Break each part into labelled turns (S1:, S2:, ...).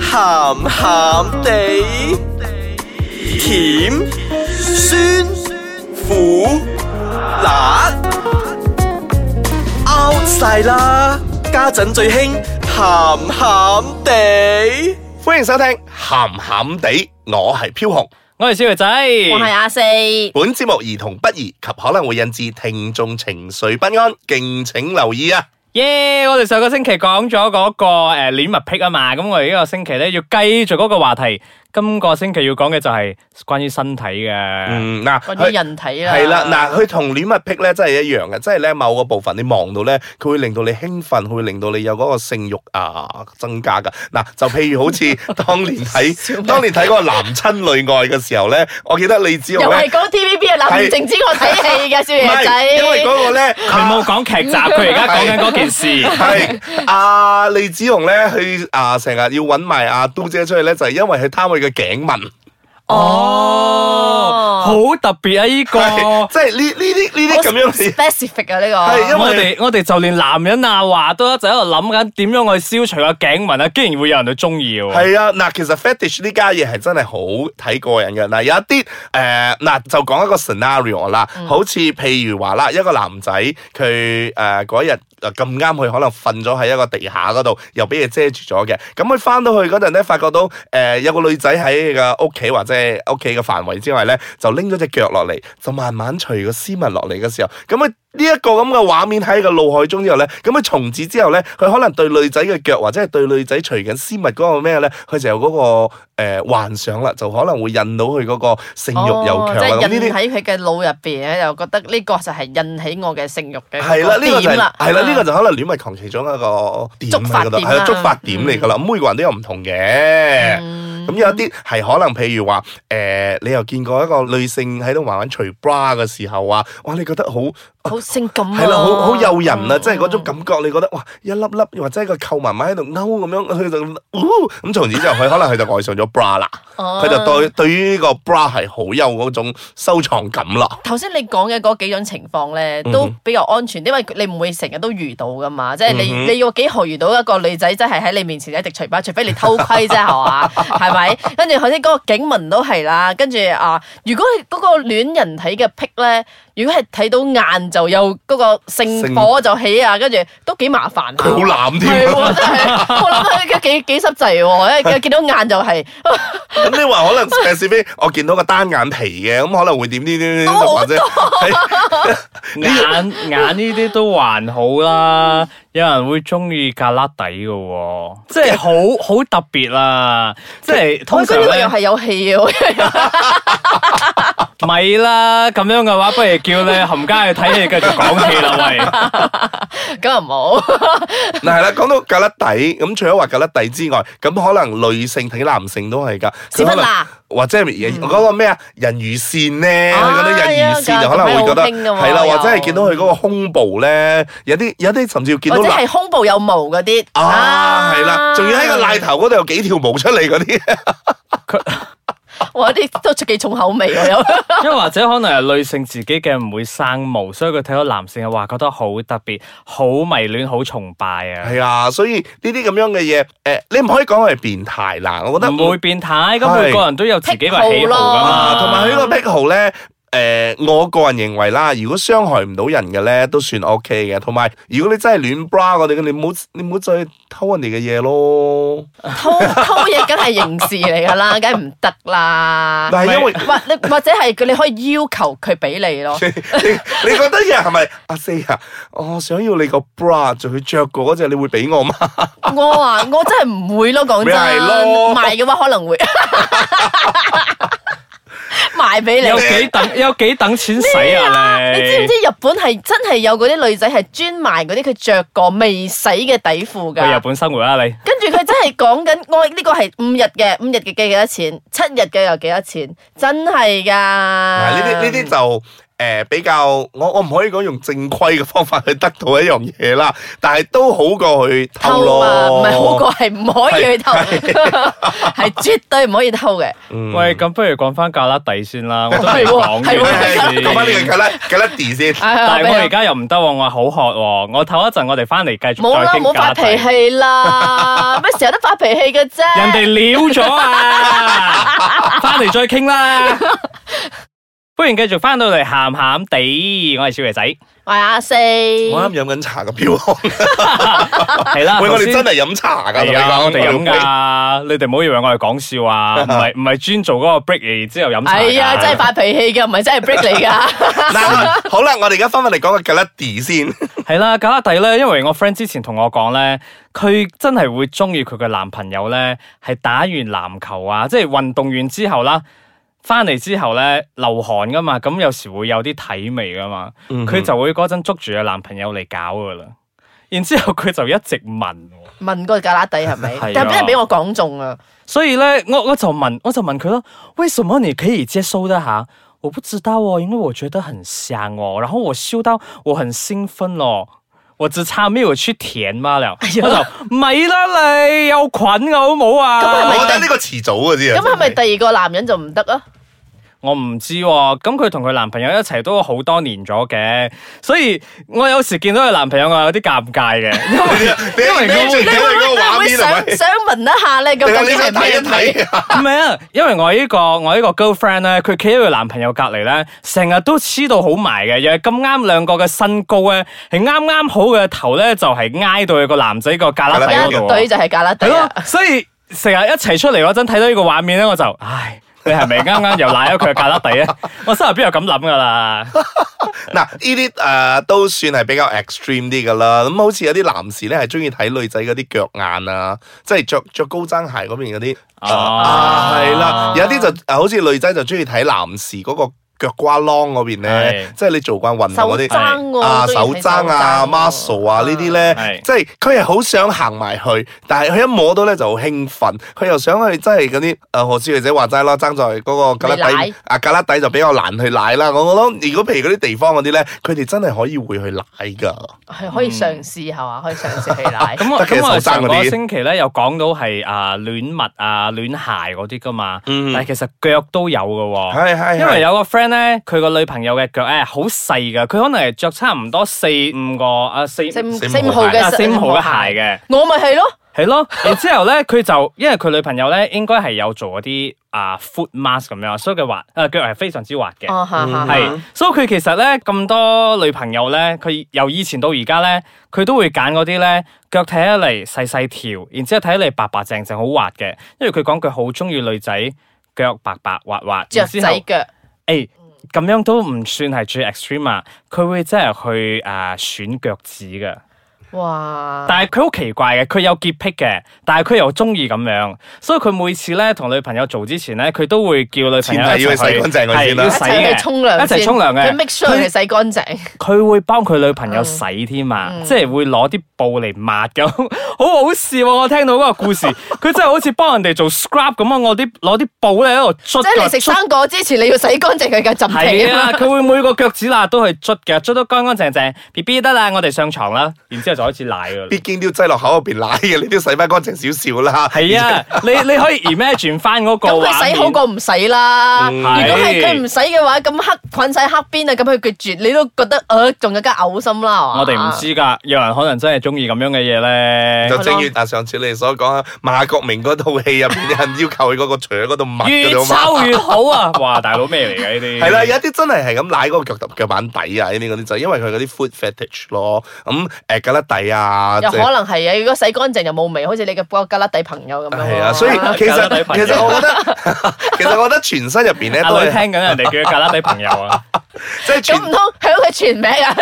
S1: 鹹鹹地，甜酸苦辣 out 晒啦！家陣最興鹹鹹地。
S2: 歡迎收聽鹹鹹地，我係飄紅。
S3: 我係小肥仔，
S4: 我係啊阿四，
S2: 本節目兒童不宜及可能會引致聽眾情緒不安，敬請留意啊！
S3: 耶！我哋上個星期講咗嗰個誒戀物癖啊嘛，咁我哋呢個星期咧要繼續嗰個話題，今個星期要講嘅就係關於身體嘅，
S2: 嗯，嗱，
S4: 關於
S2: 佢
S4: 人啊體啦，
S2: 係啦，嗱，佢同戀物癖咧真係一樣嘅，即係咧某個部分你望到咧，佢會令到你興奮，會令到你有嗰個性慾啊增加噶。嗱，就譬如好似 當年睇當年睇嗰個男親女愛嘅時候咧，我記得李子
S4: 又
S2: 豪
S4: 係
S2: 咧，
S4: 講 TVB 啊，嗱，
S2: 係
S4: 唔淨止我睇戲嘅少
S2: 唔
S4: 爺仔，
S2: 係因為嗰個咧。
S3: 佢冇講劇集，佢而家講緊嗰件 事。
S2: 係阿李子雄咧，佢啊成日要揾埋阿嘟姐出去咧，就係因為佢貪佢嘅頸紋，
S3: 哦，好特別啊！呢個
S2: 係 即係呢呢啲呢
S4: 好
S2: 啲咁樣嘅
S4: specific 啊
S2: 係因
S4: 呢
S2: 為
S3: 我哋我哋就連男人啊話都一直喺度諗緊點樣去消除個頸紋啊，竟然會有人去中意喎。
S2: 係啊，嗱，其實 fetish 呢家嘢係真係好睇個人嘅。嗱，有一啲誒，嗱就講一個 scenario 啦，好似譬如話啦，一個男仔佢誒嗰日誒咁啱佢可能瞓咗喺一個地下嗰度，又俾嘢遮住咗嘅。咁佢翻到去嗰陣咧，發覺到誒、呃有個女仔喺個屋企或者係屋企嘅範圍之外咧，就拎咗只腳落嚟，就慢慢除個絲襪落嚟嘅時候，咁佢呢一個咁嘅畫面喺個腦海中之後咧，咁佢從此之後咧，佢可能對女仔嘅腳或者係對女仔除緊絲襪嗰個咩咧，佢就有嗰、個、呃、幻想啦，就可能會引到佢嗰個性
S4: 個，
S2: 慾又強
S4: 即
S2: 啦。
S4: 係
S2: 咁呢
S4: 引
S2: 啲
S4: 喺佢嘅腦入邊咧，又覺得呢個就係引起我嘅性慾嘅
S2: 係啦，呢個就係
S4: 點啦，
S2: 係啦，呢個就可能戀物狂其中一個點
S4: 觸發
S2: 喺嗰度，
S4: 點
S2: 係啦，
S4: 啦
S2: 觸發點嚟噶啦。咁每個人都有唔同嘅。咁有一啲係可能，譬如話，誒，你又見過一個女性喺度慢慢除 bra 嘅時候啊，哇，你覺得好
S4: 好性感啊，
S2: 係啦，好好誘人啊，
S4: 嗯
S2: 即係嗰種感覺，你覺得哇，一粒粒或者係個扣慢慢喺度勾咁樣，佢就，嗚咁從此之後，佢可能佢就愛上咗 bra 啦，
S4: 哦
S2: 佢就對對於呢個 bra 係好有嗰種收藏感啦。
S4: 頭先你講嘅嗰幾種情況咧，
S2: 嗯
S4: 都比較安全，因為你唔會成日都遇到噶嘛。即係你
S2: 嗯哼
S4: 你要幾何遇到一個女仔，真係喺你面前一直除包，除非你偷窺啫，係 嘛？係咪？跟住頭先嗰個警民都係啦，跟住啊，如果你嗰個戀人體嘅癖咧，如果係睇到眼就有嗰個性火就起啊，跟住都幾麻煩。啊
S2: 佢好濫
S4: 係
S2: 添，
S4: 喎，真係我諗啊佢幾幾濕滯喎，因為見到眼就係、
S2: 咁你話可能 specific，我見到個單眼皮嘅，咁可能會點點點點，
S4: 哦
S2: 或者係
S3: 眼眼呢啲都還好啦，有人會中意格拉底嘅喎，即係好好特別啦，即係
S4: 我
S3: 通
S4: 覺
S3: 常
S4: 得呢個
S3: 咧
S4: 又係有氣嘅。
S3: 咪啦，咁樣嘅話，不如叫你冚家去睇戲，繼續講戲啦，
S4: 咁又冇，
S2: 嗱係啦。講到格甩底，咁除咗話格甩底之外，咁可能女性睇男性都係㗎，
S4: 屎
S2: 佢
S4: 忽
S2: 可
S4: 嗯
S2: 能
S4: 啦。
S2: 或者係人嗰個咩啊人魚線咧，佢覺得
S4: 哎
S2: 人魚線就可能會覺得
S4: 啊係啊
S2: 係啦，
S4: 有
S2: 或者係見到佢嗰個胸部咧，有啲有啲甚至要見
S4: 或
S2: 到
S4: 者
S2: 奶
S4: 係胸部有毛嗰啲
S2: 啊，係啦，仲要喺個奶，頭嗰度有幾條毛出嚟嗰啲。
S4: 哇！啲都幾重口 味喎，有
S3: 喂，又或者可能係女性自己嘅唔會生毛，所以佢睇到男性嘅話，覺得好特別，好迷戀，好崇拜啊，
S2: 係啊，所以呢啲咁樣嘅嘢，誒，你唔可以講佢係變態啦，我覺得
S3: 唔會變態，咁
S2: 係
S3: 每個人都有自己嘅喜好噶
S2: 啊，
S3: 嘛，
S2: 同埋佢呢個癖好咧。誒、我個人認為啦，如果傷害唔到人嘅咧，都算 O K 嘅。同埋，如果你真係亂 bra 我哋嘅，你唔好你唔好再偷人哋嘅嘢咯。
S4: 偷偷嘢梗係刑事嚟㗎啦，梗係唔得啦。
S2: 但係因為
S4: 或你或者係佢，你可以要求佢俾你 咯。
S2: 你你覺得人係咪阿四啊？我想要你個 bra，仲要着過嗰隻，你會俾我嗎？
S4: 我話我真係唔會咯，講真，
S2: 咪係咯
S4: 賣嘅話可 能會賣俾你
S3: 有。幾等有幾等錢使啊
S4: 你知唔知日本係真係有嗰啲女仔係專賣嗰啲佢着過未洗嘅底褲㗎？
S3: 去日本生活啦你。
S4: 跟住佢真係講緊，我呢個係五日嘅，五日嘅幾幾多錢？七日嘅又幾多錢？真係㗎。
S2: 嗱，呢啲呢啲就誒、诶、比較，我我唔可以講用正規嘅方法去得到一樣嘢啦，但係都好過去偷
S4: 偷嘛，
S2: 咯，
S4: 唔係好過係唔可以去偷， 係絕對唔可以偷嘅。
S2: 嗯。
S3: 喂，咁不如講翻格拉底先啦，我都
S4: 係
S3: 未
S4: 喎
S3: 講
S4: 係
S2: 喂
S4: 喎
S2: 講翻呢個
S3: 嘅。
S2: 格拉格拉迪先，
S4: 但
S3: 但係我而家又唔得喎，我好渴喎，我唞一陣，我哋翻嚟繼續
S4: 冇
S3: 再
S4: 啦，
S3: 傾
S4: 冇
S3: 格拉
S4: 發
S3: 底。
S4: 脾氣 啦，咩成日都發脾氣嘅啫。
S3: 人哋撩咗啊！翻嚟再傾 啦。歡迎繼續翻到嚟鹹鹹地，我係小爺仔，
S4: 我係阿四，
S2: 我啱飲緊茶嘅 飄紅，
S3: 係啦。
S2: 喂，我哋真
S3: 係
S2: 係飲茶㗎，同你
S3: 係啊，
S2: 講
S3: 我哋飲，㗎，你哋唔好以為我係講笑啊，唔係唔係專做嗰個 break 而之後飲茶㗎。
S4: 哎呀，真係發脾氣嘅，唔係真係 break 嚟㗎。
S2: 嗱，好啦，我哋而家翻返嚟講個格拉迪 先，
S3: 係啦，格拉底咧，因為我 friend 之前同我講咧，佢真係會中意佢嘅男朋友咧，係打完籃球啊，即係運動完之後啦，翻嚟之後咧流汗噶嘛，咁有時會有啲體味噶嘛，
S2: 嗯
S3: 佢、就會嗰陣捉住個男朋友嚟搞噶啦，然之後佢就一直聞喎，
S4: 問個格拉底係咪
S3: 係啊？
S4: 但係俾人俾我講中啊！
S3: 所以咧，我我就問，我就問佢咯，為什麼你可以接收得下？我不知道哦，因為我覺得很香哦，然後我嗅到我很興奮哦。我只差沒有去舔嘛了，
S4: 哎
S3: 我就咪啦你有菌嘅好冇啊！
S4: 咁係
S2: 我
S4: 咪
S2: 覺得呢個遲早嘅啫，
S4: 咁係咪
S2: 真係
S4: 第二個男人就唔得啊？
S3: 我唔知喎、咁佢同佢男朋友一齊都好多年咗嘅，所以我有時見到佢男朋友我有啲尷尬嘅，因為
S2: 你因
S3: 因為
S2: 為
S3: 我
S2: 最
S4: 你
S2: 緊係嗰個
S4: 會
S2: 畫
S4: 會
S2: 面係咪
S4: 想？想聞一下咧？
S2: 定
S4: 咁
S2: 係
S4: 究
S2: 你
S4: 竟
S2: 想
S4: 係
S2: 睇
S4: 咩
S2: 一
S4: 味？
S2: 睇啊？
S3: 唔係啊，因為我呢、個我呢個 girlfriend 咧，佢企喺佢男朋友隔離咧，成日都黐到好埋嘅，又係咁啱兩個嘅身高咧，係啱啱好嘅頭咧就係、挨到佢個男仔個格拉底嗰
S4: 一
S3: 度
S4: 對
S3: 喎，
S4: 就係格拉
S3: 係
S4: 底
S3: 咯
S4: 啊！，
S3: 所以成日一齊出嚟嗰陣睇到呢個畫面咧，我就唉，你係咪啱啱又賴咗佢嘅格拉底啊？我心入邊有咁諗噶啦，
S2: 嗱，呢啲誒都算係比較 extreme 啲噶啦。咁好似有啲男士咧係中意睇女仔嗰啲腳眼啊，即係着着高踭鞋嗰邊嗰啲
S3: 哦
S2: 啊，係啦。有啲就啊好似女仔就中意睇男士嗰個腳瓜啷嗰邊咧，即係你做慣運動嗰
S4: 手
S2: 啲。
S4: 踭喎，
S2: 啊，
S4: 都要
S2: 手
S4: 睇
S2: 踭啊、
S4: 喎
S2: muscle
S4: Ờ.
S2: 啊呢啲咧
S3: 係，
S2: 即係佢係好想行埋去，但係佢一摸到咧就好興奮，佢又想去即係嗰啲誒何小姐姐話齋啦，爭在嗰個格拉
S4: 未
S2: 底
S4: 奶
S2: 啊格拉底就比較難去奶啦。我我諗如果譬如嗰啲地方嗰啲咧，佢哋真係可以會去奶㗎。
S3: 哦
S4: 係可以嘗試係嘛？可以嘗試去奶。
S3: 咁我
S2: 得嘅
S3: 咁我
S2: 手踭
S3: 上
S2: 嗰啲
S3: 個星期咧又講到係啊戀襪啊戀鞋嗰啲噶嘛，
S2: 嗯
S3: 但係其實腳都有嘅喎。
S2: 係哎係，
S3: 因為
S2: 有
S3: 有個 friend 咧，佢個女朋友嘅腳哎咧好細噶，佢可能係着差唔多四五個啊四
S4: 四五
S2: 四五
S4: 四五
S2: 號
S4: 號
S2: 嘅
S4: 嘅
S3: 啊四五號嘅
S4: 嘅，
S3: 鞋
S4: 我咪係咯，
S3: 嘅，係咯。 然之後咧，佢就因為佢女朋友咧應該係有做嗰啲啊 foot mask 咁樣，所以佢滑啊腳係非常之滑嘅。
S4: 哦嚇嚇嚇
S3: 係，所以佢其實咧咁多女朋友咧，佢由以前到而家咧，佢都會揀嗰啲咧腳睇起嚟細細條，然之後睇起嚟白白淨淨好滑嘅，因為佢講佢好中意女仔腳白白滑滑，
S4: 雀
S3: 然之後
S4: 仔腳。
S3: 誒
S2: 嗯
S3: 咁樣都唔算係最 extreme 啊！佢會真係去啊、選腳趾嘅，
S2: 啊
S4: 哇！
S3: 但係佢好奇怪嘅，佢有潔癖嘅，但係佢又中意咁樣，所以佢每次咧同女朋友做之前咧，佢都會叫女朋友
S2: 前提
S3: 一
S2: 要
S3: 齊
S2: 去洗乾淨佢
S3: 係
S2: 先啦
S3: 要
S4: 一
S3: 洗
S4: 齊
S3: 嘅
S4: 去沖涼
S3: 一齊
S4: 先
S3: 沖涼嘅
S4: 佢 make sure 佢洗乾淨。
S3: 佢會幫佢女朋友
S2: 嗯
S3: 洗添啊，即係會攞啲布嚟抹咁， 好好笑喎！我聽到嗰個故事，佢真係好似幫人哋做 scrub 咁啊！我啲攞啲布咧喺度捽
S4: 即係你食
S3: 㗎捽
S4: 生果之前，你要洗乾淨佢嘅浸皮
S3: 係
S4: 啊
S3: 啊，
S4: 嘛。
S3: 佢會每個腳趾罅都去捽嘅，捽到乾乾淨淨，B B 得啦，我哋上床啦，然之後就開始奶噶啦
S2: 必。經都要擠落口入邊奶嘅，你都要洗翻乾淨少少啦。
S3: 係啊，你你可以 imagine 翻嗰個
S4: 咁
S3: 畫
S4: 佢洗好
S3: 面
S4: 過唔洗啦。
S2: 嗯
S4: 如果係佢唔洗嘅話，咁黑菌洗黑邊啊，咁佢決絕，你都覺得誒仲更加嘔心啦。係嘛
S3: 我哋唔。知㗎，有人可能真係中意咁樣嘅嘢
S2: 就
S3: 咧。
S2: 正如啊上次你哋所講啊，馬國明嗰套戲入邊啲人要求佢嗰個腸嗰度抹
S3: 越
S2: 嗰度嘛。
S3: 抽越好 啊！哇，大佬咩嚟嘅呢啲？
S2: 係啦，有一啲真係係咁舐嗰個腳踏腳板底啊，呢啲嗰啲就因為佢嗰啲 food fetish 咯，咁誒格拉底啊，
S4: 又
S2: 即
S4: 可
S2: 係
S4: 能係啊！如果洗乾淨又冇味，好似你嘅嗰個吉拉底朋友咁樣
S2: 係
S4: 喎。
S2: 啊，所以其
S3: 格拉底
S2: 實
S3: 朋
S2: 其
S3: 友
S2: 實我覺得， 其實我覺得全身入邊咧
S3: 阿
S2: 都
S3: 女
S2: 係
S3: 聽緊人哋叫佢格拉底朋友 啊，
S2: 即係
S4: 咁
S2: 全
S4: 唔通響佢全 名啊？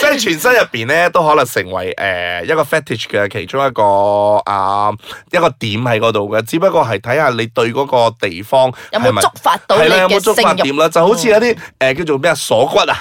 S2: 即係全身入邊咧都可能成為誒、呃一個 fetish 嘅其中一個啊、一個點喺嗰度嘅，只不過係睇下你對嗰個地方
S4: 有
S2: 係
S4: 冇
S2: 咪
S4: 觸發到你
S2: 係啦有冇
S4: 嘅
S2: 觸發
S4: 性
S2: 點
S4: 慾？哦
S2: 啦，就好似有啲誒、呃叫做咩啊鎖骨啊。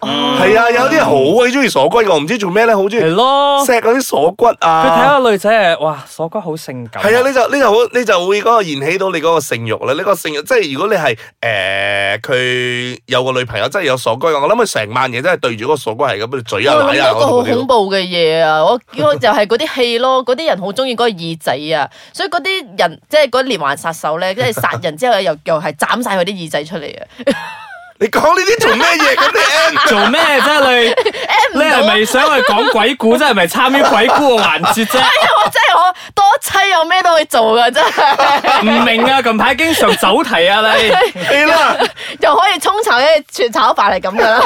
S2: 係啊，有啲人好鬼中意鎖骨㗎，我唔知做咩咧，好中意
S3: 係咯，
S2: 錫嗰啲鎖骨
S3: 佢睇
S2: 啊。
S3: 下女仔係哇鎖骨好性感，
S2: 係啊，你就你就好，你就會嗰個燃起到你嗰個性慾啦。你個性慾，即係如果你係誒佢有個女朋友，真係有鎖骨嘅，我諗佢成晚嘢真係對住嗰個鎖骨係咁嘴啊
S4: 我
S2: 奶
S4: 諗
S2: 啊
S4: 到一個好
S2: 嗰啲
S4: 恐怖嘅嘢啊！我我就係嗰啲戲咯，嗰啲人好中意嗰個耳仔啊，所以嗰啲人即係嗰啲連環殺手咧，即係殺人之後又又係斬晒佢啲耳仔出嚟啊！
S2: 你講呢啲做咩嘢？咁你 end
S3: 做咩 啫你？你
S2: 啊
S3: 係咪想去講鬼故啫？係咪參與鬼故嘅環 節啫？
S4: 我真係我多妻有咩都可以做噶，真係
S3: 唔明啊！近排經常走題啊你。
S2: 你啦。
S4: 又可以沖炒啲全炒飯係咁 噶啦。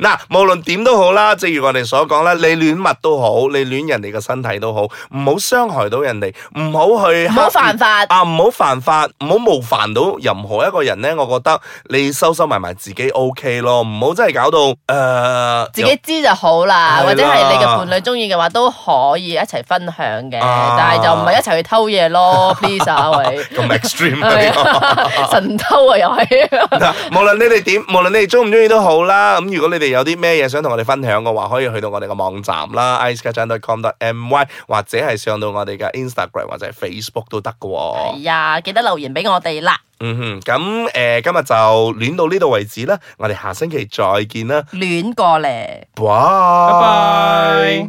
S2: 嗱，無論點都好啦，正如我哋所講啦，你戀物都好，你戀人哋嘅身體都好，唔好傷害到人哋，唔好去
S4: 唔好 犯法
S2: 啊，唔好犯法，唔好冒犯到任何一個人咧。我覺得你收收埋埋自己 O、K 咯，唔好真係搞到誒、呃
S4: 自己知就好啦，
S2: 係啦
S4: 或者係你嘅伴侶中意嘅話都可以一齊分享嘅，
S2: 啊
S4: 但係就唔係一齊去偷嘢 咯，please 啊喂，
S2: 有 咁 extreme 啊呢
S4: 係
S2: 個
S4: 啊 神偷啊又係。
S2: 嗱，無論你哋點，無論你哋中唔中意都好啦。咁如果你哋有啲咩嘢想同我哋分享嘅話，可以去到我哋嘅網站啦 i c e c a n c o m m y 或者係上到我哋嘅 Instagram 或者係 Facebook 都得嘅喎。
S4: 係啊，記得留言俾我哋啦，
S2: 嗯哼，咁诶、呃今日就戀到呢度為止啦，我哋下星期再見啦，
S4: 戀過咧。
S2: 拜
S3: 拜拜